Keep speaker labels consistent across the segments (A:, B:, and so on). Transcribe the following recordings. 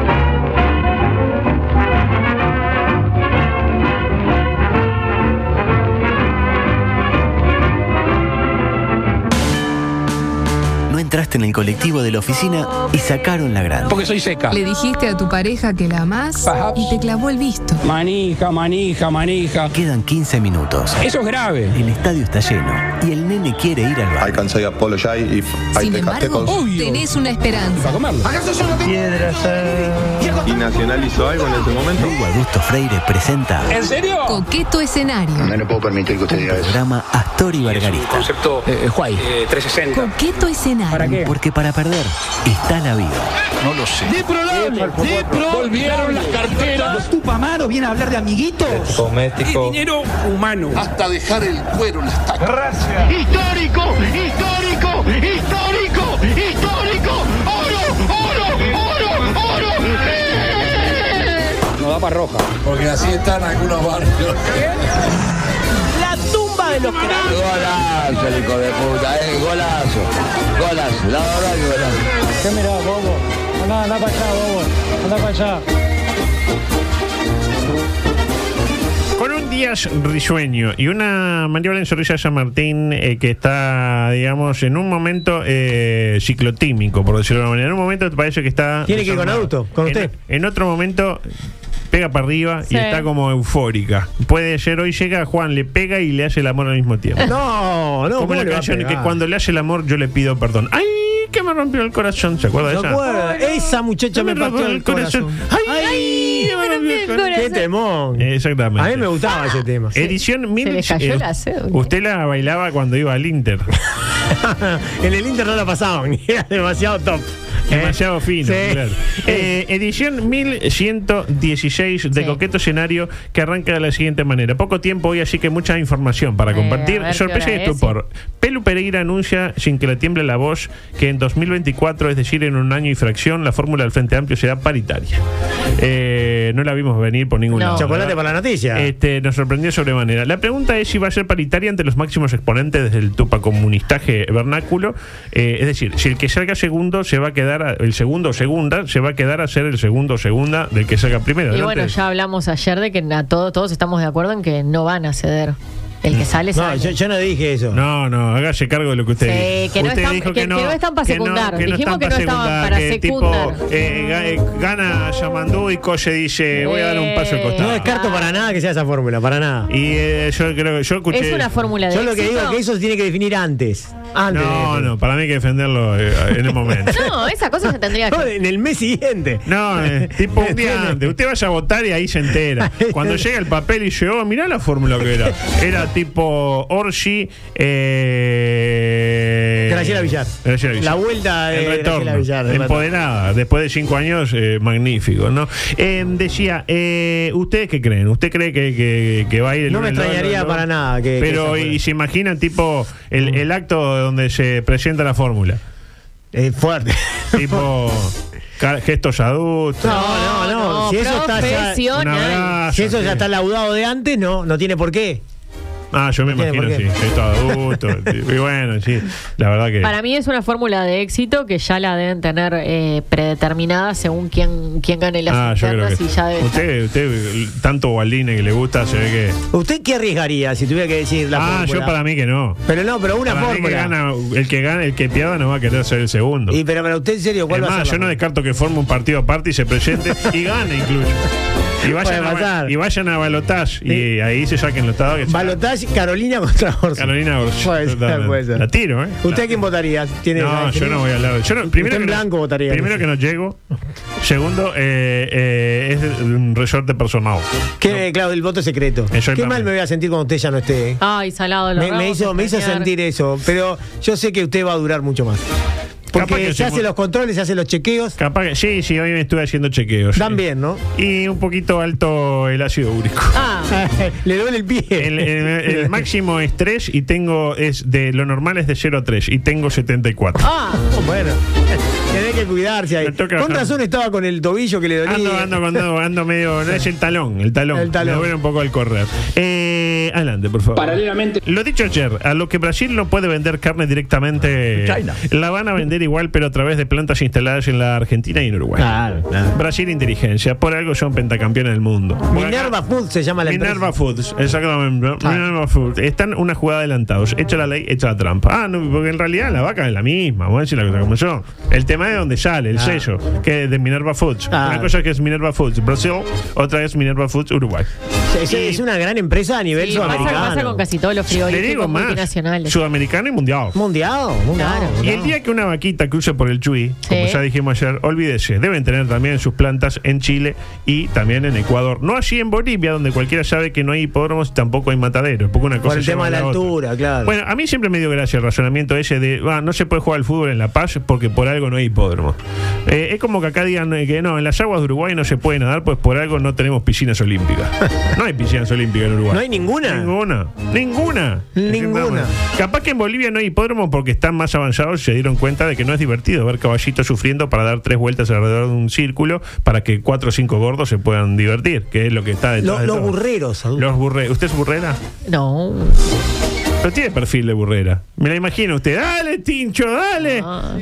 A: No entraste en el colectivo de la oficina y sacaron la grande.
B: Porque soy seca.
C: Le dijiste a tu pareja que la amás
B: Perhaps.
C: y te clavó el visto.
B: Manija, manija, manija.
A: Quedan 15 minutos.
B: Eso es grave.
A: El estadio está lleno y el nene quiere ir al
D: I
A: bar.
D: can say apologize if I
C: Sin
D: take a
C: embargo,
D: tackle.
B: obvio.
C: tenés una esperanza.
B: Para comerlo.
D: ¿Y Nacional hizo algo en ese momento?
A: Hugo Augusto Freire presenta
B: ¿En serio?
C: Coqueto escenario.
E: No le puedo permitir que usted diga eso.
A: programa Astor y Bargarista.
F: Concepto eh,
B: Juay.
F: eh, 360.
C: Coqueto
B: ¿Para
C: escenario.
B: qué?
A: Porque para perder está la vida.
B: Volvieron las carteras.
G: Tupamaro viene a hablar de
E: Eh,
G: amiguitos.
B: El dinero humano.
H: hasta dejar el cuero en las tacas.
I: histórico, histórico, histórico, histórico, oro, oro, oro, oro.
B: Nos da para roja.
H: Porque así están algunos barrios.
G: La tumba de los cráneos.
E: Golazo, el hijo de puta, eh, golazo. Golazo, la verdad que golazo.
B: ¿Qué mirá, bobo? Anda, anda para allá, bobo. Anda para allá.
J: Con un Díaz risueño y una mandíbula en sonrisa de San Martín eh, que está, digamos, en un momento eh, ciclotímico, por decirlo de alguna manera. En un momento te parece que está.
K: Tiene que ir con
J: desarmado.
K: auto, con
J: En-
K: usted.
J: En, otro momento pega para arriba
L: Sí.
J: y está como eufórica. Puede ser, hoy llega Juan, le pega y le hace el amor al mismo tiempo.
K: No, no,
J: como
K: ¿cómo
J: la
K: le va a
J: canción que
K: pegar?
J: cuando le hace el amor yo le pido perdón. ¡Ay! Que me rompió el corazón, ¿se acuerda de
K: ¿Se
J: esa?
K: acuerda? Esa muchacha
J: Que
K: me partió el corazón.
J: ¡Ay! ay, que me rompió el corazón.
K: ¡Qué temón!
J: Exactamente.
K: A mí me gustaba ese tema.
J: Edición mil.
L: les cayó
J: eh,
L: la cédula.
J: Usted la bailaba cuando iba al Inter. Eh.
K: en el Inter no la pasaban, era demasiado top.
J: Demasiado
K: Eh,
J: fino,
K: sí.
J: claro. Eh, edición 1116 de
L: Sí.
J: Coqueto Escenario que arranca de la siguiente manera. Poco tiempo hoy, así que mucha información para
L: Eh,
J: compartir.
L: a ver qué
J: Sorpresa y
L: hora es,
J: estupor. Pelu Pereira anuncia, sin que le tiemble la voz, que en 2024, es decir, en un año y fracción, la fórmula del Frente Amplio será paritaria. Eh, no la vimos venir por ningún
L: No.
J: lado.
K: Chocolate
J: ¿verdad?
K: para la noticia.
J: Este, nos sorprendió sobremanera. La pregunta es si va a ser paritaria ante los máximos exponentes del tupacomunistaje vernáculo. Eh, es decir, si el que salga segundo se va a quedar, a- el segundo o segunda, se va a quedar a ser el segundo o segunda del que salga primero.
L: Y
J: Adelante.
L: bueno, ya hablamos ayer de que a todo- todos estamos de acuerdo en que no van a ceder. El que sale
K: no,
L: sale.
K: yo, yo no dije eso.
J: No, no, hágase cargo de lo que usted
L: Sí,
J: dijo.
L: que no
J: Usted
L: están-
J: dijo
L: que- que no están para
J: que no-
L: secundar.
J: que no
L: Dijimos
J: están
L: que
J: para
L: no estaban
J: secundar,
L: para
J: que
L: secundar.
J: tipo, eh, ga- eh, gana Yamandú y Colle dice, voy a dar un paso al
L: Eh.
J: costado.
K: No descarto para nada que sea esa fórmula, para nada.
J: y eh, yo creo que yo escuché...
L: es una fórmula de
K: Yo lo que
L: éxito.
K: digo es que eso se tiene que definir antes. Antes.
J: No,
K: de-
J: no, para mí hay que defenderlo eh, en el momento.
L: No, esa cosa se tendría
K: No,
L: que.
K: en el mes siguiente.
J: No, eh, tipo un día antes. Usted vaya a votar y ahí se entera. Cuando llega el papel y llegó, mirá la fórmula que era. Era tipo Orsi. Eh,
K: Graciela Villar.
J: Graciela Villar.
K: La vuelta
J: El
K: de
J: retorno.
K: Graciela Villar, el
J: Empoderada. Después de cinco años, eh, magnífico, ¿no? Eh, decía, eh, ¿ustedes qué creen? ¿Usted cree que, que- que va a ir el
K: No me
J: lunes,
K: extrañaría para nada que- que
J: Pero,
K: esa fuera.
J: ¿y se imagina, tipo, el, el acto donde se presenta la fórmula?
K: Es fuerte.
J: tipo, ca- gestos adultos.
K: No, no, no. Si eso está ya. Si
L: profesional.
J: Un abrazo,
K: eso
J: sí.
K: ya está laudado de antes, no, no tiene por qué.
J: Ah, yo me
K: No tiene
J: imagino,
K: por
J: sí.
K: qué.
J: Esto adulto. y bueno, sí. La verdad que.
L: Para mí es una fórmula de éxito que ya la deben tener eh, predeterminada según quién, quién gane las
J: ah, yo creo
L: internas
J: que.
L: y ya debe estar.
J: Usted, usted, tanto Gualdini que le gusta, se ve que.
K: ¿Usted qué arriesgaría si tuviera que decir la
J: ah,
K: fórmula?
J: yo para mí que no.
K: Pero no, pero una
J: Para mí que
K: fórmula.
J: gana- el que gana, el que pierda no va a querer ser el segundo.
K: Y pero para usted en serio, ¿cuál
J: Es
K: va a
J: más, yo
K: ser? la
J: no
K: fórmula?
J: descarto que forme un partido aparte y se presente y gane incluso. Y vayan,
K: Puede
J: a, ba-
K: pasar.
J: y vayan a balotage y ahí se saquen los dados. que se-
K: Balotage Carolina contra Orson.
J: Carolina Orsi.
K: Puede ser,
J: Totalmente.
K: puede ser.
J: La tiro, ¿eh?
K: ¿Usted
J: La-
K: a quién votaría? ¿Tiene
J: No, yo no voy a hablar. Yo no- primero
K: Usted en
J: que no-
K: blanco votaría.
J: Primero que no llego. Segundo, eh, eh, es de- de un resorte personal.
K: Que, Claro, el voto secreto.
J: Eh, yo
K: Qué
J: también.
K: mal me voy a sentir cuando usted ya no esté. ¿eh?
L: Ay, salado lo
K: Me, me
L: vamos a
K: hizo, me hizo
L: extrañar.
K: sentir eso, pero yo sé que usted va a durar mucho más.
J: Capaz que
K: Porque
J: se
K: se hace
J: mu-
K: los controles, se hace los chequeos.
J: Capaz que, sí, sí, hoy me estuve haciendo chequeos.
K: Dan bien, ¿no?
J: Y un poquito alto el ácido úrico.
L: Ah,
K: Le duele el pie.
J: El, el- el máximo es 3 y tengo, es de lo normal es de 0 a 3 y tengo 74.
L: ah.
K: Bueno, tiene que cuidarse ahí.
J: Me toca
K: Con
J: bajar.
K: razón estaba con el tobillo que le dolía.
J: Ando, ando, ando, ando medio. No es el talón, el talón.
K: Ah, El talón.
J: Me duele un poco el correr. Eh, Eh, adelante, por favor.
F: Paralelamente-
J: Lo dicho ayer, a lo que Brasil no puede vender carne directamente,
K: China.
J: la van a vender igual, pero a través de plantas instaladas en la Argentina y en Uruguay.
K: Claro, claro.
J: Brasil Inteligencia, por algo son pentacampeones del mundo. Por acá-
K: Minerva Food se llama la empresa.
J: Minerva Foods, exactamente.
K: Ah.
J: Minerva Foods. Están una jugada adelantados. Echa la ley, echa la trampa. Ah, no, porque en realidad la vaca es la misma. Vamos a decir la cosa como yo. El tema es de dónde sale, el
K: Ah.
J: sello, que es de Minerva Foods.
K: Ah.
J: Una cosa que es Minerva Foods Brasil, otra es Minerva Foods Uruguay.
K: Es, es una gran empresa a nivel
L: Sí, pasa,
K: sudamericano.
L: pasa con casi todos los
J: Te digo
L: frigoríficos
J: más,
L: multinacionales.
J: sudamericano y mundial.
K: Mundial, mundial,
L: Claro.
K: mundial.
J: Y el día que una vaquita cruce por el Chuy, como
L: Sí.
J: ya dijimos ayer, olvídese, deben tener también sus plantas en Chile y también en Ecuador. No así en Bolivia, donde cualquiera sabe que no hay hipódromos y tampoco hay mataderos. Porque una cosa
K: Por el
J: lleva
K: tema
J: a
K: de la
J: otra.
K: altura, claro.
J: Bueno, a mí siempre me dio gracia el razonamiento ese de "Ah, no se puede jugar al fútbol en La Paz porque por algo no hay hipódromo. Eh, es como que acá digan eh, que no, en las aguas de Uruguay no se puede nadar, pues por algo no tenemos piscinas olímpicas. no hay piscinas olímpicas en Uruguay.
K: ¿No hay ninguna?
J: Ninguna. Ninguna.
K: Ninguna.
J: Capaz que en Bolivia no hay hipódromo porque están más avanzados y se dieron cuenta de que no es divertido ver caballitos sufriendo para dar tres vueltas alrededor de un círculo para que cuatro o cinco gordos se puedan divertir, que es lo que está detrás
K: Lo-
J: de
K: los
J: todo.
K: burreros, adulto.
J: Los burreros. ¿Usted es burrera?
L: No.
J: Pero tiene perfil de burrera. Me la imagino usted. Dale, Tincho, dale.
L: Ah.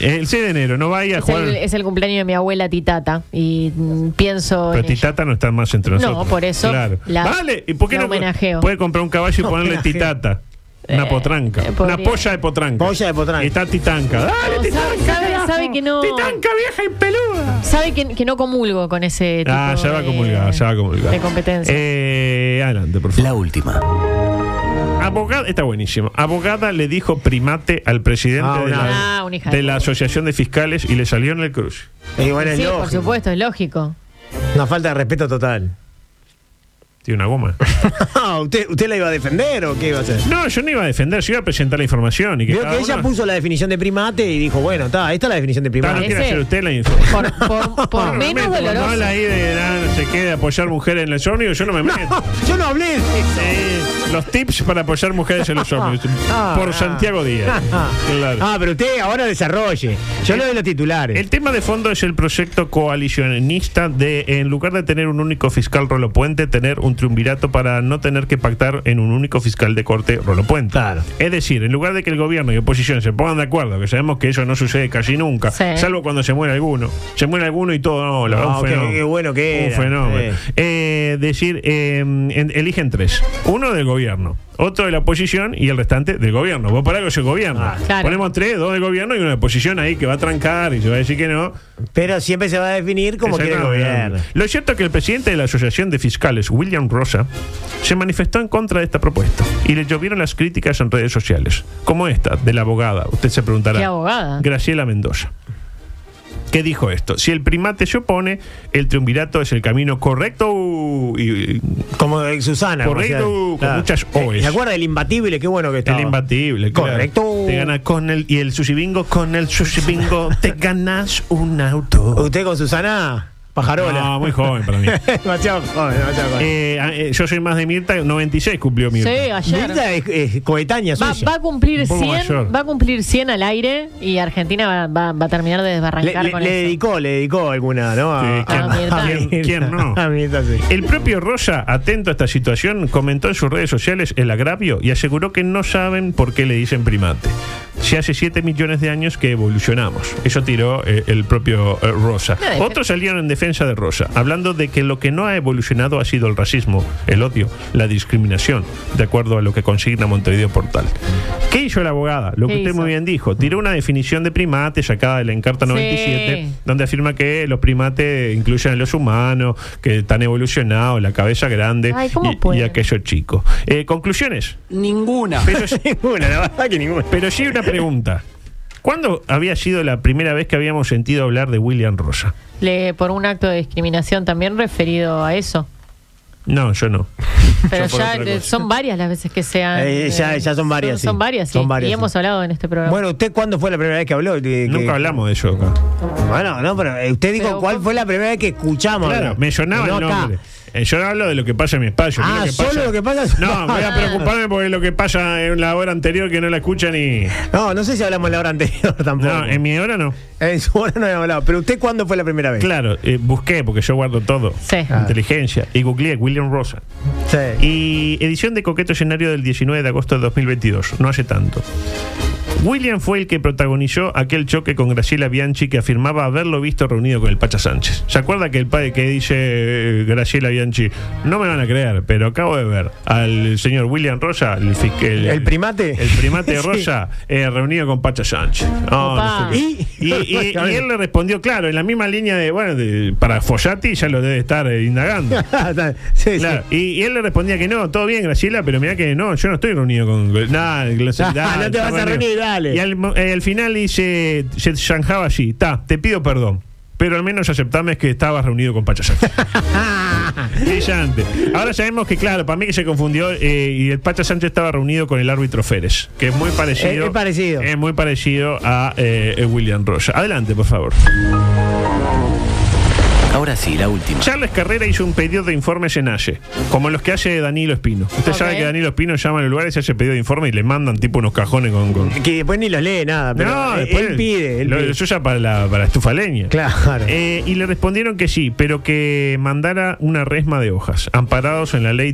J: El 6 de enero, no vaya a
L: Es
J: jugar.
L: el, es el cumpleaños de mi abuela Titata y mm, pienso
J: Pero
L: en ella.
J: Titata no está más entre
L: No,
J: nosotros.
L: por eso
J: Claro.
L: la-
J: vale, ¿y por qué
L: la
J: no
L: homenajeo.
J: puede comprar un caballo y
K: No,
J: ponerle
K: homenajeo.
J: Titata? Una
L: Eh,
J: potranca. una
L: podría.
J: polla de potranca.
K: Polla de potranca.
J: Y está Titanca. Dale,
L: No,
J: Titanca.
L: sabe- sabe-
J: viejo.
L: sabe que no.
J: Titanca, vieja y peluda.
L: Sabe que, que no comulgo con ese Este tipo
J: Ah, ya va a
L: de-
J: comulgar, ya va a comulgar.
L: de competencia.
J: Eh, adelante, por favor.
A: La última.
J: Abogada, está buenísimo. Abogada le dijo primate al presidente
K: Ah,
J: de,
K: una-
J: la,
L: Ah, un hija
J: de
L: de
J: la
L: puta.
J: Asociación de Fiscales y le salió en el cruce.
K: Y bueno, es
L: sí, por
K: lógico.
L: supuesto, es lógico.
K: Una falta de respeto total. Ah,
J: Tiene una goma.
K: ¿Usted, ¿Usted la iba a defender o qué iba a hacer?
J: No, yo no iba a defender, yo iba a presentar la información. Y que
K: Vio
J: cada
K: que ella
J: uno-
K: puso la definición de primate y dijo, bueno, está, esta es la definición de
J: Ah, no
K: primate.
J: quiere
L: Ese-
J: hacer usted la información.
L: Por, por- por
J: No,
L: menos
J: realmente, cuando
L: doloroso.
J: habla ahí de ah, no sé qué, de apoyar mujeres en los ómnibus, yo no me meto.
K: Yo no hablé de eso.
J: Eh, los tips para apoyar mujeres en los ómnibus.
K: Ah,
J: por
K: ah.
J: Santiago Díaz. Claro.
K: Ah, pero usted ahora desarrolle. Yo lo de los titulares.
J: El tema de fondo es el proyecto coalicionista de, en lugar de tener un único fiscal Rolo Puente, tener un triunvirato para no tener que pactar en un único fiscal de corte Rolo Puente.
K: Claro.
J: Es decir, en lugar de que el gobierno y oposición se pongan de acuerdo, que sabemos que eso no sucede casi nunca,
L: Sí.
J: salvo cuando se muere alguno. Se muere alguno y todo, no, la verdad,
K: Ah,
J: un
K: qué-
J: fenómeno.
K: qué bueno que
J: Un
K: era,
J: fenómeno.
K: sí.
J: Eh, decir, eh, en- eligen tres. Uno del gobierno, otro de la oposición y el restante del gobierno. Vos para algo es el gobierno.
K: Ah,
L: claro.
J: Ponemos tres, dos del gobierno y una de oposición ahí que va a trancar y se va a decir que no.
K: Pero siempre se va a definir como quiere el
J: Exactamente.
K: gobierno.
J: Lo cierto es que el presidente de la Asociación de Fiscales, William Rosa, se manifestó en contra de esta propuesta y le llovieron las críticas en redes sociales, como esta de la abogada. Usted se preguntará.
L: ¿Qué abogada?
J: Graciela Mendoza. ¿Qué dijo esto? Si el primate se opone, el triunvirato es el camino correcto y, y-
K: Como de Susana. como
J: Correcto,
K: sea. Eh,
J: con muchas O's.
K: ¿Se acuerda del imbatible? Qué bueno que está.
J: el imbatible. claro.
K: Correcto.
J: Te gana con el y el susibingo con el susibingo te ganas un auto.
K: Usted con Susana, pajarola.
J: No, muy joven para mí.
K: demasiado joven, demasiado joven.
J: Eh, ah, eh, yo soy más de Mirta, 96 cumplió
L: Sí,
J: Mirta.
L: ayer.
K: Mirta es, es coetánea
L: Va,
K: suya.
L: va a cumplir
J: Un poco
L: 100,
J: mayor.
L: va a cumplir 100 al aire y Argentina va, va- va a terminar de
K: le,
L: desbarrancar
K: le-
L: con
K: le
L: eso. Ah,
K: dedicó, le dedicó alguna, ¿no?
J: Sí, ¿quién-
L: Mirta.
J: quién- quién no?
K: A Mirta, sí.
J: El propio Rosa, atento a esta situación, comentó en sus redes sociales el agravio y aseguró que no saben por qué le dicen primate. Si hace 7 millones de años que evolucionamos. Eso tiró eh, el propio eh, Rosa.
L: No, defe-
J: Otros salieron en defensa de Rosa, hablando de que lo que no ha evolucionado ha sido el racismo, el odio, la discriminación, de acuerdo a lo que consigna Montevideo Portal. ¿Qué hizo la abogada? Lo que
L: ¿Qué
J: usted
L: hizo?
J: muy bien dijo. Tiró una definición de primate sacada de la Encarta
L: Sí.
J: 97 donde afirma que los primates incluyen a los humanos, que están evolucionados, la cabeza grande
L: Ay, ¿cómo
J: y- y,
L: pueden?
J: aquello chico. Eh, ¿Conclusiones?
G: Ninguna.
J: Pero, sí-
K: ninguna, la verdad que ninguna.
J: pero sí una pregunta. ¿Cuándo había sido la primera vez que habíamos sentido hablar de William Rosa?
L: Le- por un acto de discriminación también referido a eso.
J: No, yo no.
L: Pero
J: Yo por
L: ya
J: otra
L: eh,
J: cosa.
L: son varias las veces que se han.
K: Eh, ya- ya son varias,
L: Son,
K: sí.
L: varias, sí.
K: Son varias,
L: Y
K: sí.
L: hemos hablado en este programa.
K: Bueno, ¿usted cuándo fue la primera vez que habló? Que- que-
J: Nunca hablamos de eso acá.
K: Bueno, no, pero eh, usted dijo
L: Pero
K: cuál
L: vos-
K: fue la primera vez que escuchamos.
J: Claro,
K: hablar.
J: me sonaba
K: No
J: el
K: acá.
J: nombre. Eh, Yo hablo de lo que pasa en mi espacio. no
K: Ah,
J: que
K: solo
J: pasa-
K: lo que pasa en su
J: No, voy a
K: espacio.
J: preocuparme porque lo que pasa en la hora anterior que no la escuchan y.
K: No, no sé si hablamos en la hora anterior tampoco.
J: No, en
K: en,
J: mi hora no.
K: su hora no habíamos hablado. Pero usted cuándo fue la primera vez? Ah,
J: Claro, eh, busqué porque yo guardo todo.
L: Sí.
J: Inteligencia. Y googleé William Rosa. Y edición de Coqueto Escenario del 19 de agosto de 2022, no hace tanto. William fue el que protagonizó aquel choque con Graciela Bianchi que afirmaba haberlo visto reunido con el Pacha Sánchez. ¿Se acuerda que el padre que dice eh, Graciela Bianchi? No me van a creer, pero acabo de ver al señor William Rosa, el, fis-
K: ¿El primate?
J: el primate
K: Sí.
J: Rosa, eh, reunido con Pacha Sánchez. No,
L: Opa.
J: no sé qué. y, y- y él le respondió, claro, en la misma línea de, bueno, de- para Follati ya lo debe estar eh, indagando.
K: Sí, sí.
J: Claro, Y, y él le respondía que no, todo bien, Graciela, pero mirá que no, yo no estoy reunido con. Nada,
K: Ah, no te vas a reunir, dale.
J: Y al, mo- eh, al final dice, se zanjaba allí, ta, te pido perdón. Pero al menos aceptame que estabas reunido con Pacha Sánchez. Brillante. Ahora sabemos que, claro, para mí que se confundió eh, y el Pacha Sánchez estaba reunido con el árbitro Férez, que es muy parecido.
K: Eh, Es- es parecido.
J: Es muy parecido a eh, eh, William Rocha. Adelante, por favor.
A: Ahora sí, la última.
J: Charles Carrera hizo un pedido de informes en AYE, como los que hace Danilo Espino. Usted
L: Ok.
J: sabe que Danilo Espino llama a los lugares y hace pedido de informe y le mandan tipo unos cajones con. con-
K: Que después ni los lee nada, pero
J: No,
K: él,
J: después-
K: pide. él
J: lo-
K: pide.
J: Eso ya para la, para la estufaleña.
K: Claro.
J: Eh, y le respondieron que sí, pero que mandara una resma de hojas, amparados en la ley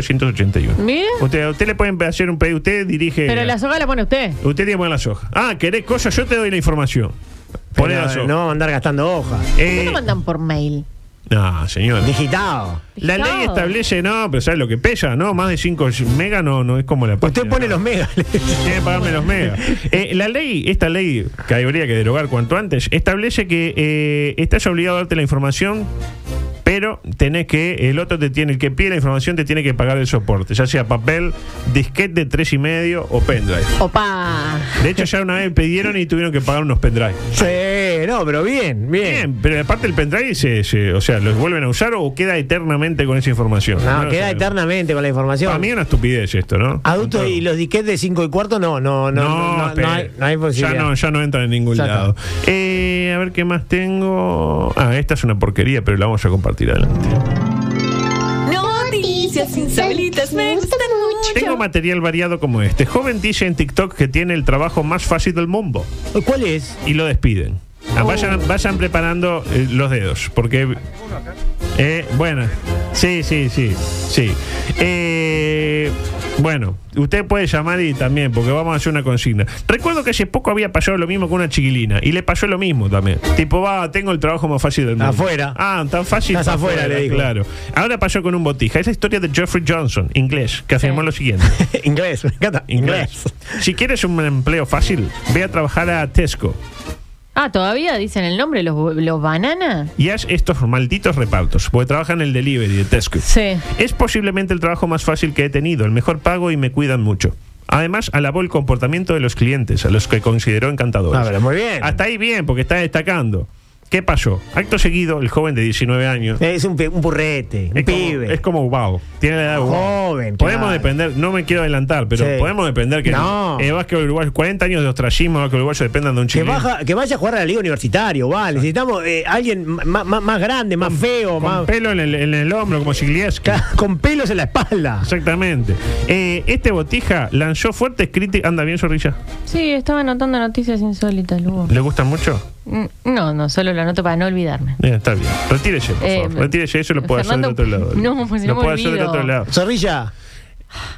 J: 18.381.
L: Mire,
J: Usted, usted le pueden hacer un pedido, usted dirige.
L: pero la soga la pone usted.
J: Usted tiene que poner las hojas. Ah, querés cosas, yo te doy la información.
K: Pero
J: Poné las hojas.
K: no vamos a andar gastando hojas.
L: ¿Por qué
J: Eh,
L: lo mandan por mail?
J: no, señor.
K: Digitado.
J: La
L: Claro.
J: ley establece, no, pero ¿sabes lo que pesa? No, más de 5 megas no, no es como la
K: Usted pone los megas.
J: Tiene que pagarme los megas. Eh, la ley, esta ley que habría que derogar cuanto antes, establece que eh, estás obligado a darte la información. Pero tenés que, el otro te tiene, el que pide la información te tiene que pagar el soporte, ya sea papel, disquete de tres y medio o pendrive.
L: Opa.
J: De hecho, ya una vez pidieron y tuvieron que pagar unos pendrive.
K: sí, no, pero bien, bien.
J: Bien, pero aparte el pendrive se, se- o sea, ¿los vuelven a usar o queda eternamente con esa información?
K: No,
J: lo
K: queda
J: sabemos.
K: eternamente con la información.
J: Para mí es una estupidez esto, ¿no?
K: Adultos y los disquetes de 5 y cuarto, no, no, no, no, no,
J: espere.
K: no hay, no hay posibilidad.
J: Ya no, ya no entra en ningún
K: Ya está.
J: lado. Eh, a ver qué más tengo. Ah, esta es una porquería, pero la vamos a compartir adelante.
F: Noticias insólitas me gustan
J: Tengo material variado como este. Joven dice en TikTok que tiene el trabajo más fácil del mundo
K: Eh, ¿Cuál es?
J: y lo despiden. Ah, Vayan, vayan preparando eh, los dedos, porque. Eh, bueno, sí, sí, sí, sí. Eh, bueno, usted puede llamar y también, porque vamos a hacer una consigna. Recuerdo que hace poco había pasado lo mismo con una chiquilina y le pasó lo mismo también. Tipo, va, tengo el trabajo más fácil del mundo.
K: Afuera.
J: Ah, tan fácil.
K: Estás afuera, le dijo.
J: Claro. Ahora pasó con un botija. Es la historia de Geoffrey Johnson, inglés, que afirmó lo siguiente.
K: Inglés, me encanta.
J: Inglés. Si quieres un empleo fácil, ve a trabajar a Tesco.
L: Ah, ¿todavía dicen el nombre? ¿Los, los bananas?
J: y haz estos malditos repartos, porque trabajan el delivery de Tesco.
L: Sí.
J: Es posiblemente el trabajo más fácil que he tenido, el mejor pago y me cuidan mucho. Además, alabó el comportamiento de los clientes, a los que consideró encantadores.
K: Ah, pero muy bien.
J: Hasta ahí bien, porque está destacando. ¿Qué pasó? Acto seguido, el joven de 19 años.
K: Es un, pe- un burrete, un
J: es como-
K: pibe.
J: es como wow, tiene la edad de Ubao.
K: Joven,
J: Podemos
K: claro.
J: depender, no me quiero adelantar, pero
K: Sí.
J: podemos depender que
K: No.
J: el básquet uruguayo, 40 años de ostracismo, el básquet uruguayo dependan de un
K: que,
J: chileno.
K: baja, que vaya a jugar a la liga universitario, va. Necesitamos eh, alguien ma- ma- más grande, más feo,
J: con
K: más
J: pelo en el, en el hombro, como Siglieski.
K: con pelos en la espalda.
J: Exactamente. Eh, este botija lanzó fuertes críticas. Anda bien, Zorrilla.
L: Sí, estaba anotando noticias insólitas, Lugo.
J: ¿Le gustan mucho?
L: Mm, No, no, solo lo anoto para no olvidarme.
J: Eh, está bien. Retírese, por
L: Eh,
J: favor. Retírese, eso lo puedo
L: Fernando,
J: hacer del otro lado.
L: no, pues,
J: lo
L: no me
J: puedo hacer del
L: olvido.
J: otro lado.
K: Zorrilla,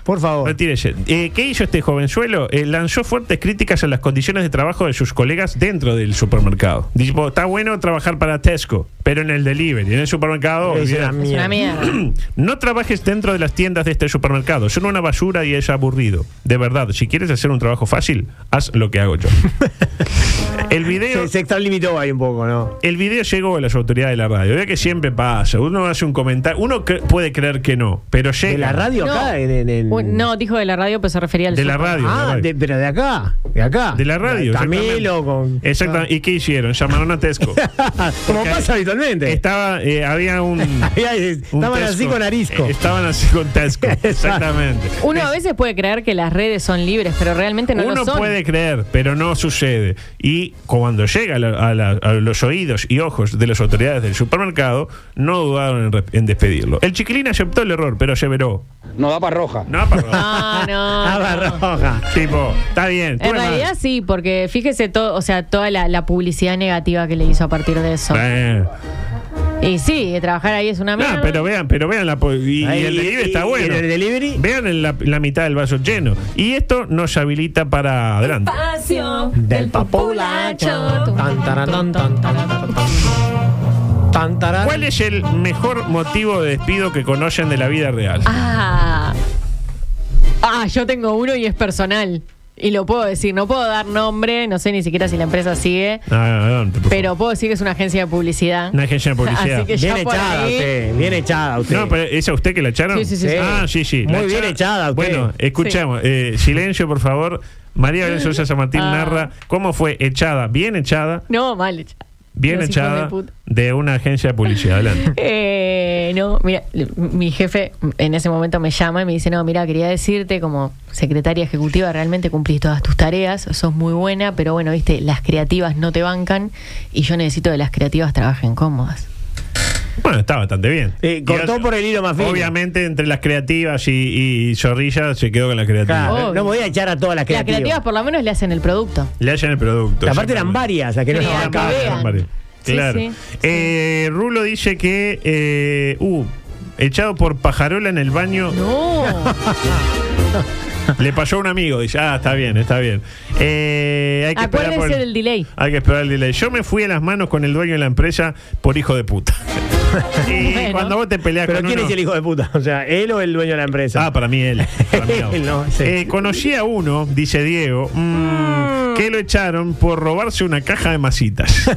K: por favor.
J: Retírese. Eh, ¿Qué hizo este jovenzuelo? Eh, lanzó fuertes críticas a las condiciones de trabajo de sus colegas dentro del supermercado. Dijo, está bueno trabajar para Tesco, pero en el delivery, en el supermercado.
K: Es una
J: olvidate".
L: Es una mierda.
J: No trabajes dentro de las tiendas de este supermercado. Son una basura y es aburrido. De verdad, si quieres hacer un trabajo fácil, haz lo que hago yo. el video.
K: Se, se extralimitó ahí un poco, ¿no?
J: El video llegó a las autoridades de la radio. Ve que siempre pasa. Uno hace un comentario. Uno cre- puede creer que no, pero llega.
K: ¿De la radio
L: No.
K: acá? En, en- en-
L: Uy, No, dijo de la radio, pero se refería al
J: De la
L: super.
J: radio. de la
K: Ah,
J: radio.
K: de- pero de acá, de acá.
J: De la radio.
K: Camilo con. Ah.
J: exactamente. Exactamente. ¿Y qué hicieron? Llamaron a Tesco.
K: Como
J: Porque
K: pasa habitualmente.
J: Estaba, eh, había un.
K: Había- Estaban
J: un
K: así
J: Tesco.
K: con arisco.
J: Eh, estaban así con Tesco. Exactamente.
L: Uno a veces puede creer que las redes son libres, pero realmente no
J: Uno
L: lo son.
J: puede creer, pero no sucede. Y cuando llega a, la- a la- a los oídos y ojos de las autoridades del supermercado, no dudaron en, re- en despedirlo. El chiquilín aceptó el error, pero aseveró.
E: No da para roja.
J: No, perdón.
L: Ah, no.
K: Ah, roja.
J: tipo, está bien. tuve
L: En realidad
J: más.
L: sí, porque fíjese todo, o sea, toda la, la publicidad negativa que le hizo a partir de eso.
J: Eh,
L: Y sí, trabajar ahí es una mierda.
J: No, pero vean, pero vean la po- y, y
K: Ahí,
J: el delivery
K: y-
J: está
K: y
J: bueno.
K: el delivery.
J: Vean en la, la mitad del vaso lleno. Y esto nos habilita para adelante.
F: Espacio
K: Del populacho. Tan, taran, tan, tan, tan, tan. Tan, taran.
J: ¿Cuál es el mejor motivo de despido que conocen de la vida real?
L: Ah. Ah, yo tengo uno y es personal. Y lo puedo decir, no puedo dar nombre, no sé ni siquiera si la empresa sigue,
J: Ah, adelante, por
L: pero puedo decir que es una agencia de publicidad.
J: favor. una agencia de publicidad.
L: Así que ya
K: Bien
L: por
K: echada
L: ahí-
K: usted, bien echada usted.
J: No, pero ¿es a usted que la echaron?
L: Sí, sí, sí, Sí. sí.
J: Ah, sí, sí. la
K: Muy bien echada usted.
J: Bueno, escuchamos. Eh, silencio, por favor. María Belén Sosa San Martín
L: Ah.
J: narra cómo fue echada, bien echada,
L: No, mal hecha.
J: bien
L: Los hijos de
J: echada
L: puta.
J: de una agencia de publicidad. Adelante.
L: Eh, no, mira, l- mi jefe en ese momento me llama y me dice, no, mira, quería decirte como secretaria ejecutiva, realmente cumplís todas tus tareas, sos muy buena, pero bueno, viste, las creativas no te bancan y yo necesito que las creativas trabajen cómodas.
J: Bueno, está bastante bien.
K: Eh, cortó por el hilo más fino.
J: Obviamente, entre las creativas y, y Zorrilla se quedó con las creativas.
K: Claro,
L: Obvio.
K: no podía echar a todas las
L: Las
K: creativas.
L: creativas por lo menos le hacen el producto.
J: Le hallan el producto.
K: Aparte eran
J: exactamente.
K: varias las que no
L: Sí,
K: se
L: eran
K: bancaban.
L: varias.
J: Eran varias.
L: Sí,
J: Claro.
L: sí, sí.
J: Eh, Rulo dice que. eh, uh, echado por pajarola en el baño.
L: No,
J: Le pasó a un amigo, dice, ah, está bien, está bien. Eh, hay que esperar
L: acuérdense
J: por el-
L: del delay.
J: Hay que esperar el delay. Yo me fui a las manos con el dueño de la empresa por hijo de puta. y
L: Bueno.
J: cuando vos te peleas
K: Pero
J: con
K: ¿quién
J: uno-
K: es el hijo de puta? O sea, él o el dueño de la empresa.
J: Ah, para mí él. Para mí ahora.
K: Él no, sí.
J: Eh, conocí a uno, dice Diego, mm, que lo echaron por robarse una caja de masitas.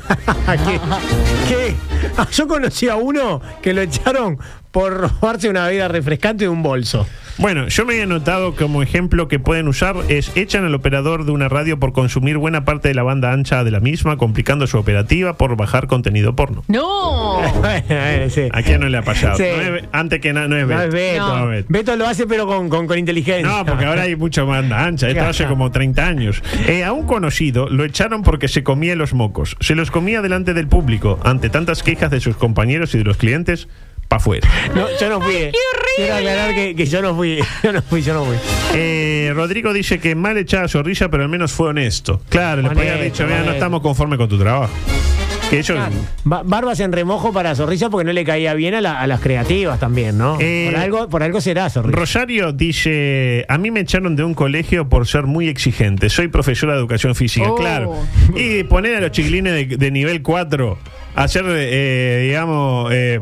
K: ¿Qué? ¿Qué? Ah, Yo conocí a uno que lo echaron por robarse una bebida refrescante de un bolso.
J: Bueno, yo me he anotado como ejemplo que pueden usar es echan al operador de una radio por consumir buena parte de la banda ancha de la misma, complicando su operativa por bajar contenido porno.
L: No.
K: Bueno, bueno, sí.
J: ¿A quién no le ha pasado?
K: Sí.
J: No es- antes que nada, no es
K: No
J: Beto.
K: es Beto.
J: No, es Beto.
K: Beto lo hace pero con, con, con inteligencia.
J: No, porque ahora hay mucha banda ancha. Esto
K: Claro.
J: hace como 30 años. Eh, a un conocido lo echaron porque se comía los mocos. Se los comía delante del público, ante tantas quejas de sus compañeros y de los clientes, pa' afuera.
K: No, yo no fui. eh. Quiero aclarar que, que yo no fui. Yo no fui, yo no fui.
J: Eh, Rodrigo dice que mal echada zorrilla, pero al menos fue honesto. Claro, le podía haber
K: Honesto,
J: dicho, mira, no
K: honesto.
J: estamos conformes con tu trabajo. Que eso,
K: Ba- barbas en remojo para Zorrilla porque no le caía bien a, la- a las creativas también, ¿no?
J: Eh,
K: por, algo, por algo será Zorrilla.
J: Rosario dice, a mí me echaron de un colegio por ser muy exigente. Soy profesora de educación física,
L: Oh.
J: claro. Y poner a los chiquilines de, de nivel 4, hacer, eh, digamos, eh,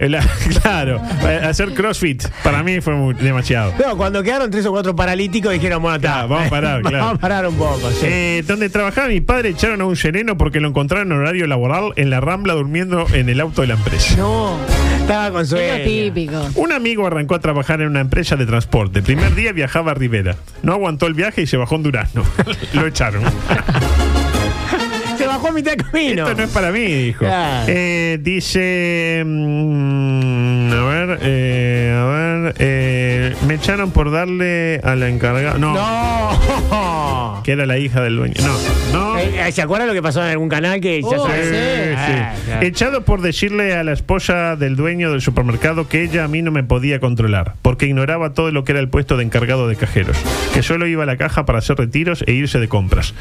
J: la- claro, eh, hacer CrossFit, para mí fue muy- demasiado.
K: No, cuando quedaron tres o cuatro paralíticos dijeron, bueno, está,
J: Claro, vamos a parar, claro.
K: Vamos a parar un poco, sí.
J: Eh, donde trabajaba mi padre echaron a un sereno porque lo encontraron en horario laboral en la Rambla durmiendo en el auto de la empresa.
L: No.
K: Estaba con
L: Es
K: sueño.
L: lo típico.
J: Un amigo arrancó a trabajar en una empresa de transporte. El primer día viajaba a Rivera. No aguantó el viaje y se bajó en Durazno. Lo echaron.
K: Se bajó a mitad de camino.
J: Esto no es para mí, dijo.
K: Claro.
J: Eh, dice. mm, a ver, eh, a ver. eh, me echaron por darle a la encargada. No,
K: No.
J: Que era la hija del dueño. No, no.
K: Eh, eh, ¿Se acuerdan lo que pasó en algún canal que ya
L: Oh,
K: sabe-
L: sí,
K: Ah,
J: Sí.
K: claro.
J: Echado por decirle a la esposa del dueño del supermercado que ella a mí no me podía controlar, porque ignoraba todo lo que era el puesto de encargado de cajeros, que solo iba a la caja para hacer retiros e irse de compras.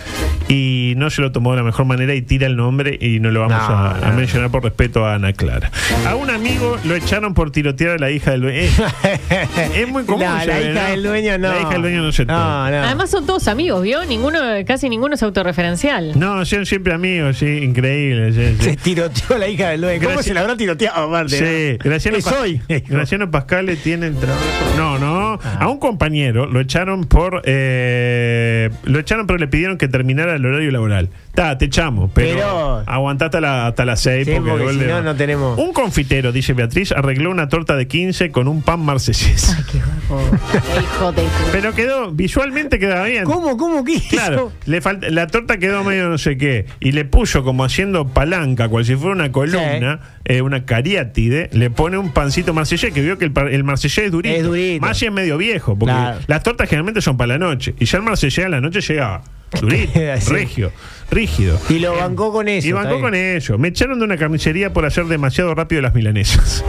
J: Y no se lo tomó de la mejor manera y tira el nombre y no lo vamos
K: No,
J: a, a
K: no.
J: mencionar por respeto a Ana Clara. A un amigo lo echaron por tirotear a la hija del dueño. Eh, es muy común.
K: La,
J: se
K: la
J: ve,
K: hija
J: ¿no?
K: del dueño no.
J: La hija del dueño no se toma.
K: No, no.
L: Además son todos amigos, ¿vio? Ninguno, casi ninguno es autorreferencial.
J: No, son siempre amigos, sí, increíble. sí, sí.
K: se tiroteó la hija del dueño. ¿Cómo
J: Gracias.
K: se la habrá tiroteado aparte?
J: Sí,
K: no?
J: Graciano,
K: Es
J: Pa-
K: hoy. Ah.
J: Graciano Pascal le tiene el trabajo. No, no. A un compañero lo echaron por. eh, lo echaron, pero le pidieron que terminara el horario laboral. Ta, te echamos, pero,
K: Pero-
J: aguantá hasta, la- hasta las 6
K: Sí, porque si no, no tenemos-
J: Un confitero, dice Beatriz, arregló una torta de 15 con un pan marsellés.
L: Ay, qué guapo. Qué hijo de-
J: Pero quedó, visualmente quedaba bien.
K: ¿Cómo, cómo, qué hizo?
J: Claro, le falta, la torta quedó medio no sé qué y le puso como haciendo palanca, cual si fuera una columna, eh, una cariátide, le pone un pancito marsellés que vio que el, par- el marsellés es durito.
K: Es durito.
J: Más si es medio viejo, porque
K: Claro.
J: las tortas generalmente son para la noche y ya el marsellés a la noche llegaba durito,
K: Sí.
J: regio, rígido.
K: Y lo bancó con eso.
J: y bancó con
K: eso.
J: eso. Me echaron de una carnicería por hacer demasiado rápido las milanesas.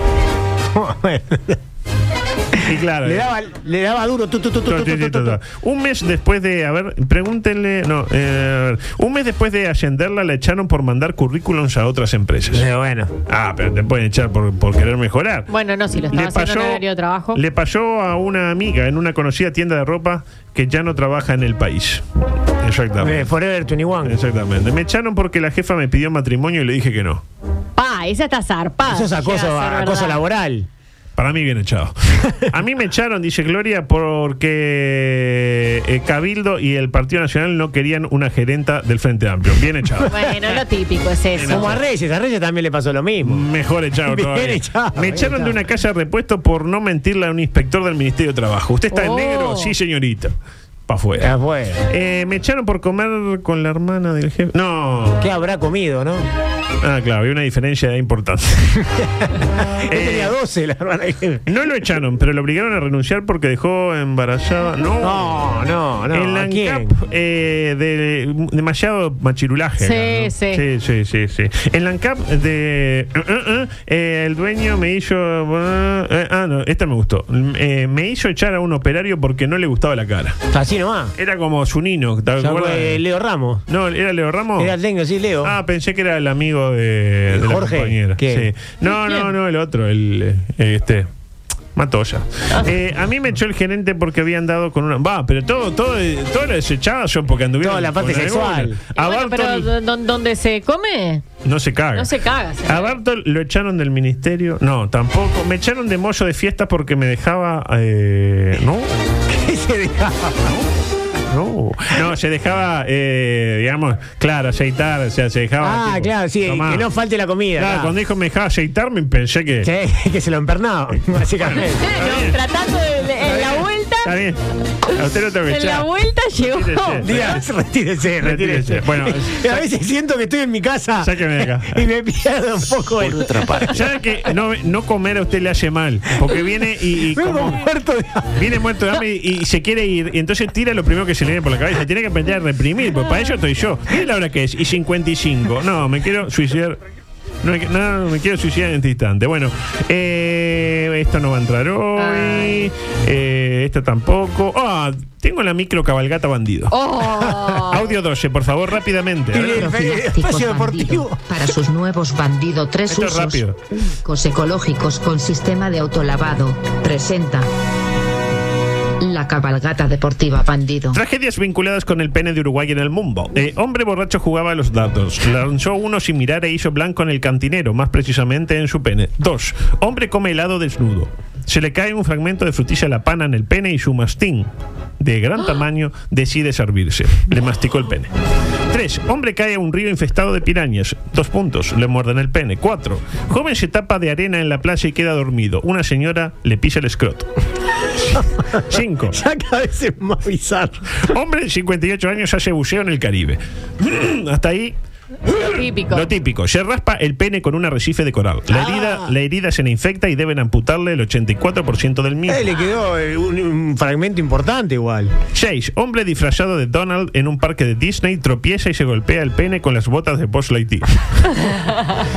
J: Y claro.
K: Le
J: eh.
K: daba, le daba duro. tu, tu, tu, tu,
J: Tu,
K: tu,
J: tu,
K: tu, tu,
J: tu, tu.
K: tu.
J: Un mes después de, a ver, pregúntenle, no, eh, a ver, un mes después de ascenderla la echaron por mandar currículums a otras empresas.
K: Eh, Bueno.
J: Ah, pero te pueden echar por, por querer mejorar.
L: Bueno, no, si lo estaba
J: Le
L: haciendo en
J: pasó-
L: horario de trabajo.
J: Le pasó a una amiga en una conocida tienda de ropa que ya no trabaja en el país. Exactamente.
K: Eh, Forever 21.
J: Exactamente. Me echaron porque la jefa me pidió matrimonio y le dije que no.
L: Pa, esa está zarpada.
K: Eso es acoso,
L: Llega a ser
K: acoso
L: verdad.
K: laboral.
J: Para mí bien echado. A mí me echaron, dice Gloria, porque eh, Cabildo y el Partido Nacional no querían una gerenta del Frente Amplio. Bien echado.
L: Bueno, lo típico es eso.
K: Como a Reyes, a Reyes también le pasó lo mismo.
J: Mejor echado
K: Bien
J: todavía.
K: echado,
J: Me
K: bien
J: echaron
K: echado.
J: de una casa de repuesto por no mentirle a un inspector del Ministerio de Trabajo. ¿Usted está
L: Oh.
J: en negro? Sí, señorita. Pa'
K: Ya
J: afuera.
K: fue.
J: Eh, me echaron por comer con la hermana del jefe. No.
K: ¿Qué habrá comido, no?
J: Ah, claro, hay una diferencia importante.
K: Yo
J: Eh,
K: tenía 12, la hermana.
J: No lo echaron, pero lo obligaron a renunciar porque dejó embarazada. No.
K: No, no, no.
J: el
K: ¿a quién?
J: ANCAP eh, de demasiado machirulaje.
L: Sí,
J: acá, ¿no? sí, sí, sí, sí. El ANCAP de eh, eh, eh, el dueño me hizo eh, ah no, esta me gustó. Eh, me hizo echar a un operario porque no le gustaba la cara.
K: Así nomás.
J: Era como su nino, ¿te
K: Ya
J: acuerdas?
K: fue Leo Ramos.
J: No, era Leo Ramos.
K: Era el técnico, sí, Leo.
J: Oh. Ah, pensé que era el amigo de, de la
K: Jorge?
J: compañera.
K: ¿Qué?
J: Sí. No, no, no, el otro, el eh, este. Matoya.
L: Ah.
J: Eh, a mí me echó el gerente porque habían dado con una. Va, pero todo, todo, todo era desechado yo porque anduvieron.
K: Toda la parte
J: con alguna.
K: sexual.
J: A
L: Y bueno, pero
J: Bartol
L: do- don- donde se come,
J: no se caga.
L: no se caga. se-
J: A Bartol lo echaron del ministerio. No, tampoco. Me echaron de mollo de fiesta porque me dejaba. eh, no.
K: ¿Qué se dejaba?
J: No, no, se dejaba, eh, digamos, claro, aceitar, o sea, se dejaba.
K: Ah,
J: tipo,
K: claro, sí,
J: tomá.
K: que no falte la comida.
J: Claro,
K: claro.
J: cuando dijo me dejaba aceitar, me pensé que.
K: Sí, que se lo empernaba, básicamente.
L: Bueno, tratando de, de- en la vuelta,
J: Está bien. A usted lo tengo que
L: en la
J: echar.
L: vuelta llegó.
J: Retírese.
K: Diga, retírese, retírese.
J: Retírese. Bueno,
K: a veces siento que estoy en mi casa
J: Sáqueme de acá.
K: y me pierdo un poco
A: Por
K: el.
A: otra parte,
J: Ya que no, no comer a usted le hace mal, porque viene y, y
K: Vengo
J: como-
K: muerto de
J: viene muerto de hambre y, y se quiere ir, y entonces tira lo primero que se le viene por la cabeza. Tiene que aprender a reprimir, pues para eso estoy yo. Mire la hora que es, y 55. No, me quiero suicidar. No, me qui- no, me quiero suicidar en este instante. Bueno, eh, esto no va a entrar hoy. Eh, esto tampoco. Ah, tengo la micro cabalgata bandido.
L: Oh.
J: Audio 12, por favor, rápidamente. A ver.
K: El- el espacio deportivo.
M: Para sus nuevos bandido tres
J: Esto es
M: usos
J: rápido.
M: únicos ecológicos con sistema de autolavado. Presenta la cabalgata deportiva bandido.
J: Tragedias vinculadas con el pene de Uruguay en el mundo. Eh, hombre borracho jugaba a los datos. Lanzó uno sin mirar e hizo blanco en el cantinero, más precisamente en su pene. 2. Hombre come helado desnudo. Se le cae un fragmento de frutilla a la pana en el pene y su mastín, de gran tamaño, decide servirse. Le masticó el pene. 3. Hombre cae a un río infestado de pirañas. Dos puntos. Le muerden el pene. 4. Joven se tapa de arena en la playa y queda dormido. Una señora le pisa el escroto. 5.
K: Ya cada vez es más bizarro.
J: Hombre de 58 años hace buceo en el Caribe. Hasta ahí.
L: Lo típico.
J: Lo típico, se raspa el pene con un arrecife de coral. La herida, la herida se le infecta y deben amputarle el 84% del mismo.
K: Eh, le quedó eh, un, un fragmento importante igual.
J: 6. Hombre disfrazado de Donald en un parque de Disney tropieza y se golpea el pene con las botas de Buzz Lightyear.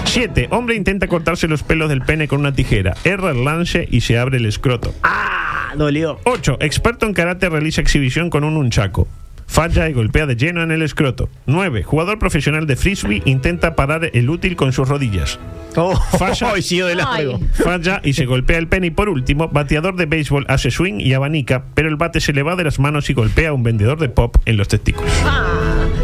J: 7. Hombre intenta cortarse los pelos del pene con una tijera. Erra el lance y se abre el escroto.
K: Ah, dolió.
J: 8. Experto en karate realiza exhibición con un unchaco. Falla y golpea de lleno en el escroto. 9. Jugador profesional de frisbee intenta parar el útil con sus rodillas.
K: Oh,
J: Falla.
K: hoy siguió de largo.
L: Ay.
J: Falla y se golpea el pene. Y por último, bateador de béisbol hace swing y abanica, pero el bate se le va de las manos y golpea a un vendedor de pop en los testículos.
L: Ah,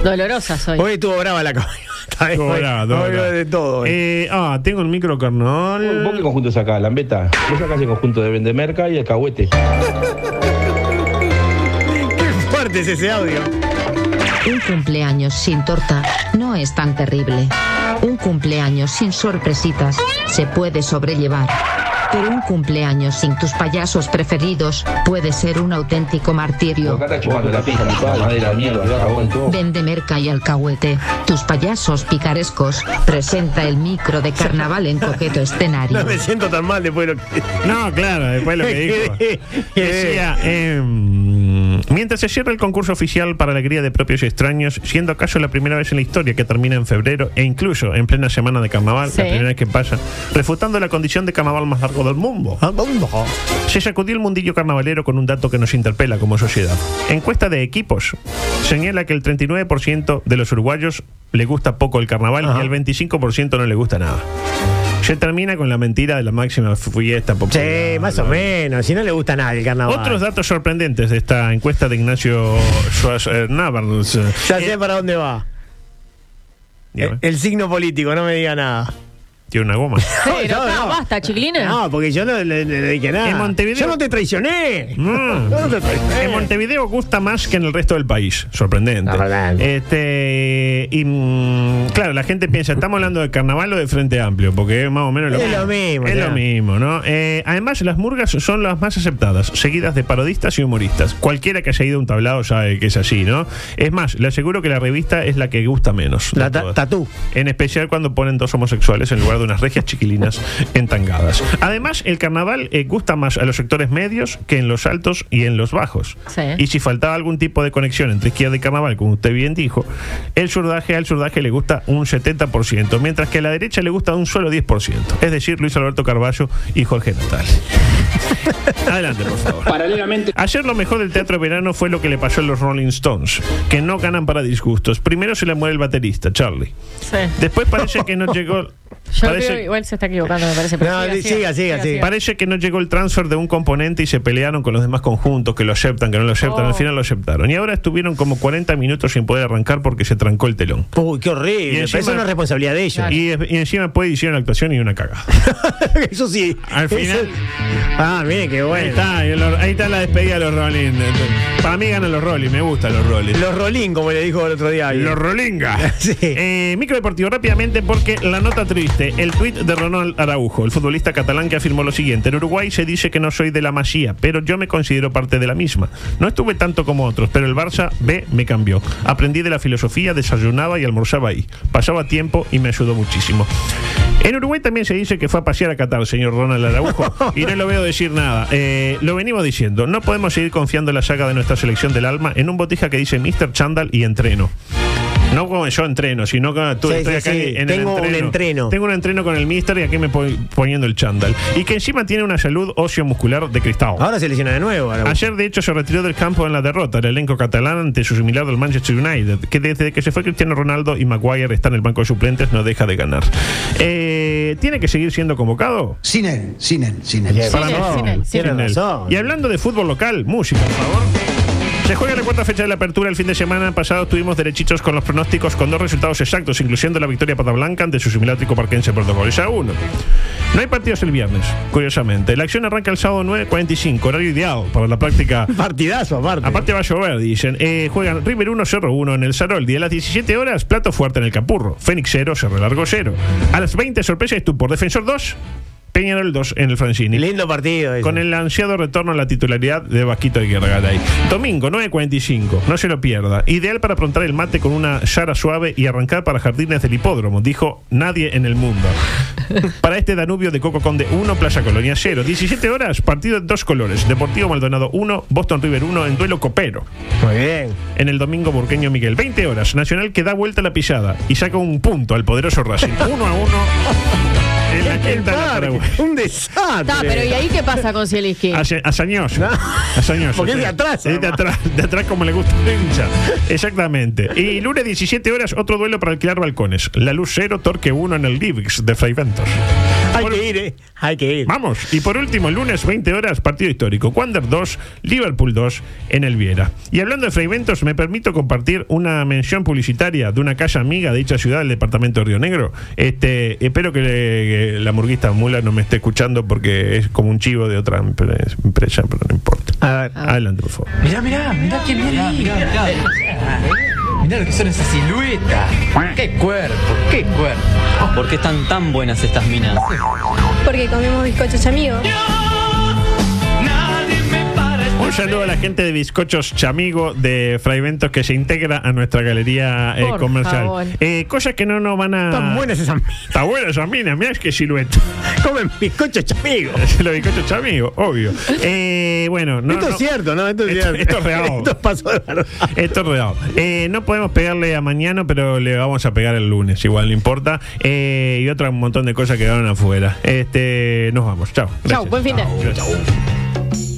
L: dolorosa soy.
K: Hoy estuvo brava la cabalgata. eh. Hoy-
J: Dora,
K: hoy
J: Dora.
K: habló de todo. eh.
J: Eh, ah, tengo el micro carnal.
E: ¿Vos qué conjunto sacás, Lambeta? Vos sacás el conjunto de Vendemerca y el Cahuete.
K: Qué fuerte es ese audio.
M: Un cumpleaños sin torta no es tan terrible. Un cumpleaños sin sorpresitas se puede sobrellevar. Pero un cumpleaños sin tus payasos preferidos puede ser un auténtico martirio.
E: Acá está chupando la pija, mi padre. Madera, mierda, cagón, todo.
M: Vende merca y alcahuete. Tus payasos picarescos presenta el micro de carnaval en coqueto escenario.
K: No me siento
J: Ah,
K: tan mal después de lo que.
J: No, claro, después lo que dijo.
K: Quedé, quedé.
J: Decía, em, mientras se cierra el concurso oficial para la cría de propios y extraños, siendo acaso la primera vez en la historia que termina en febrero e incluso en plena semana de carnaval,
L: Sí.
J: la primera vez que pasa, refutando la condición de carnaval más largo del mundo.
K: Ah,
J: Se sacudió el mundillo carnavalero con un dato que nos interpela como sociedad. Encuesta de equipos señala que el 39% de los uruguayos le gusta poco el carnaval y el 25% no le gusta nada. Se termina con la mentira de la máxima fiesta popular.
K: Sí, más o menos. Si no le gusta nada el carnaval.
J: Otros datos sorprendentes de esta encuesta de Ignacio eh, Suárez
K: Ya sé para dónde va. El, el signo político, no me diga nada.
J: eh, Tiene una goma.
L: Sí, no, no, basta, chiquilines.
K: No, porque yo no le, le- le dije nada.
J: Eh. En Montevideo-
K: Yo no te traicioné.
J: Mm.
K: Yo no te traicioné.
J: En Montevideo gusta más que en el resto del país. Sorprendente. Este, y mm, claro, la gente piensa, ¿estamos hablando de carnaval o de Frente Amplio? Porque es más o menos lo
K: Es
J: mismo.
K: lo mismo,
J: Es
K: ya.
J: lo mismo, ¿no? Eh, además, las murgas son las más aceptadas, seguidas de parodistas y humoristas. Cualquiera que haya ido a un tablado sabe que es así, ¿no? Es más, le aseguro que la revista es la que gusta menos. de
K: La ta-
J: todas.
K: tatú.
J: En especial cuando ponen dos homosexuales en lugar de unas regias chiquilinas entangadas. Además, el carnaval eh, gusta más a los sectores medios que en los altos y en los bajos.
L: Sí.
J: Y si faltaba algún tipo de conexión entre izquierda y carnaval, como usted bien dijo, el surdaje al surdaje le gusta un 70%, mientras que a la derecha le gusta un solo 10%. Es decir, Luis Alberto Carballo y Jorge Natal. Adelante, por favor.
I: Paralelamente.
J: Ayer lo mejor del teatro de verano fue lo que le pasó a los Rolling Stones, que no ganan para disgustos. Primero se le muere el baterista, Charlie.
L: Sí.
J: Después parece que no llegó.
L: Yo creo que
J: Parece,
L: igual se está equivocando, me parece. pero
K: No, di- siga, siga, siga.
J: parece que no llegó el transfer de un componente y se pelearon con los demás conjuntos que lo aceptan, que no lo aceptan.
L: Oh.
J: Al final lo aceptaron. Y ahora estuvieron como 40 minutos sin poder arrancar porque se trancó el telón.
K: Uy, qué horrible.
J: Y
K: Pero
J: encima-
K: eso no es responsabilidad de ellos.
J: Y, y encima puede hicieron la actuación y una cagada.
K: eso sí.
J: Al
K: Eso-
J: final-
K: Ah, mire, qué
J: Ahí
K: bueno.
J: está, y lo- ahí está la despedida de los Rolling. Para mí ganan los Rolling, me gustan los Rolling.
K: Los rolín, como le dijo el otro día. alguien.
J: Los Rolinga.
K: Sí.
J: Eh, micro deportivo rápidamente porque la nota triste. El tuit de Ronald Araujo, el futbolista catalán que afirmó lo siguiente. En Uruguay se dice que no soy de la Masía, pero yo me considero parte de la misma. No estuve tanto como otros, pero el Barça B me cambió. Aprendí de la filosofía, desayunaba y almorzaba ahí. Pasaba tiempo y me ayudó muchísimo. En Uruguay también se dice que fue a pasear a Qatar, señor Ronald Araujo, y no lo veo decir nada. Eh, lo venimos diciendo, no podemos seguir confiando en la saga de nuestra selección del alma en un botija que dice Mr. Chandal y entreno. No como yo entreno, sino que tú
K: Sí,
J: estoy
K: sí,
J: acá
K: sí.
J: en
K: Tengo
J: el
K: un
J: entreno.
K: entreno.
J: Tengo un entreno con el mister y aquí me voy poniendo el chándal. Y que encima tiene una salud óseo muscular de cristal.
K: Ahora se lesiona de nuevo. ahora.
J: Ayer, de hecho, se retiró del campo en la derrota el elenco catalán ante su similar del Manchester United, que desde que se fue Cristiano Ronaldo y Maguire está en el banco de suplentes, no deja de ganar. Eh, ¿Tiene que seguir siendo convocado?
E: Sin él, sin él, sin él.
K: Tiene
J: Para mí,
K: razón,
J: sin él, sin
K: tiene
J: él.
K: razón.
J: Y hablando de fútbol local, música, por favor. Se juega la cuarta fecha de la apertura. El fin de semana pasado estuvimos derechitos con los pronósticos con dos resultados exactos, incluyendo la victoria pata blanca ante su similar parquense por dos goles a uno. No hay partidos el viernes, curiosamente. La acción arranca el sábado 9.45, horario ideal para la práctica
K: Partidazo, aparte.
J: Aparte va a llover, dicen. Eh, juegan River 1, Cerro 1 en el Saroldi. A las 17 horas, plato fuerte en el Capurro. Fénix 0, Cerro Largo 0. A las 20, sorpresa y por Defensor 2, Peñarol 2 en el Francini.
K: Lindo partido. ese.
J: con el ansiado retorno a la titularidad de Vasquito de Guerragaray. Domingo, 9.45, no se lo pierda. Ideal para aprontar el mate con una yara suave y arrancar para jardines del hipódromo, dijo nadie en el mundo. Para este Danubio de Coco Conde 1, Playa Colonia 0. 17 horas, partido en dos colores. Deportivo Maldonado 1, Boston River 1 en duelo copero.
K: Muy bien.
J: En el domingo burqueño Miguel, 20 horas. Nacional que da vuelta la pisada y saca un punto al poderoso Racing. 1 a 1 en la
K: El
J: quinta de
K: parque,
J: Paraguay.
K: un desastre.
L: Está, Ah, pero ¿y ahí qué pasa con Zielinski?
J: Hace- Hazañoso. Hazañoso,
K: Porque es
J: sí.
K: de atrás,
J: Es de atrás, de atrás como le gusta al hincha. Exactamente. Y lunes 17 horas, otro duelo para alquilar balcones. La luz cero, torque 1 en el Livix de Fray Ventos.
K: Hay
J: Por-
K: que ir, ¿eh? Hay que ir.
J: Vamos. Y por último, lunes 20 horas, partido histórico. Wander 2, Liverpool 2 en el Viera. Y hablando de Freyventos, me permito compartir una mención publicitaria de una calle amiga de dicha ciudad del departamento de Río Negro. Este, espero que, le- que la murguista Mula no me esté escuchando porque es como un chivo de otra empre- empresa, pero no importa.
K: A ver.
J: Adelante, por favor.
G: Mirá, mirá, mirá quién viene ahí. Mirá, mirá, lo que son esas siluetas. Qué cuerpo, qué cuerpo. Ah, ¿Por qué están tan buenas estas minas?
F: Porque comemos bizcochos amigos.
J: Un saludo a la gente de Bizcochos Chamigo de Fraiventos que se integra a nuestra galería eh,
L: Por favor.
J: comercial. Eh, cosas que no nos van a.
K: Están buenas esas minas.
J: Está buena esa mina, mirá que silueta.
K: Comen bizcochos chamigo.
J: Los bizcochos chamigo, obvio. Eh, bueno, no,
K: esto es
J: no-
K: cierto, ¿no? Esto es
J: Esto,
K: cierto.
J: esto es real.
K: Esto pasó de verdad.
J: Esto es real. Eh, no podemos pegarle a mañana, pero le vamos a pegar el lunes, igual no importa. Eh, y otra un montón de cosas quedaron afuera. Este, nos vamos. Chao.
L: Chau,
J: Gracias.
L: buen fin de
J: Gracias.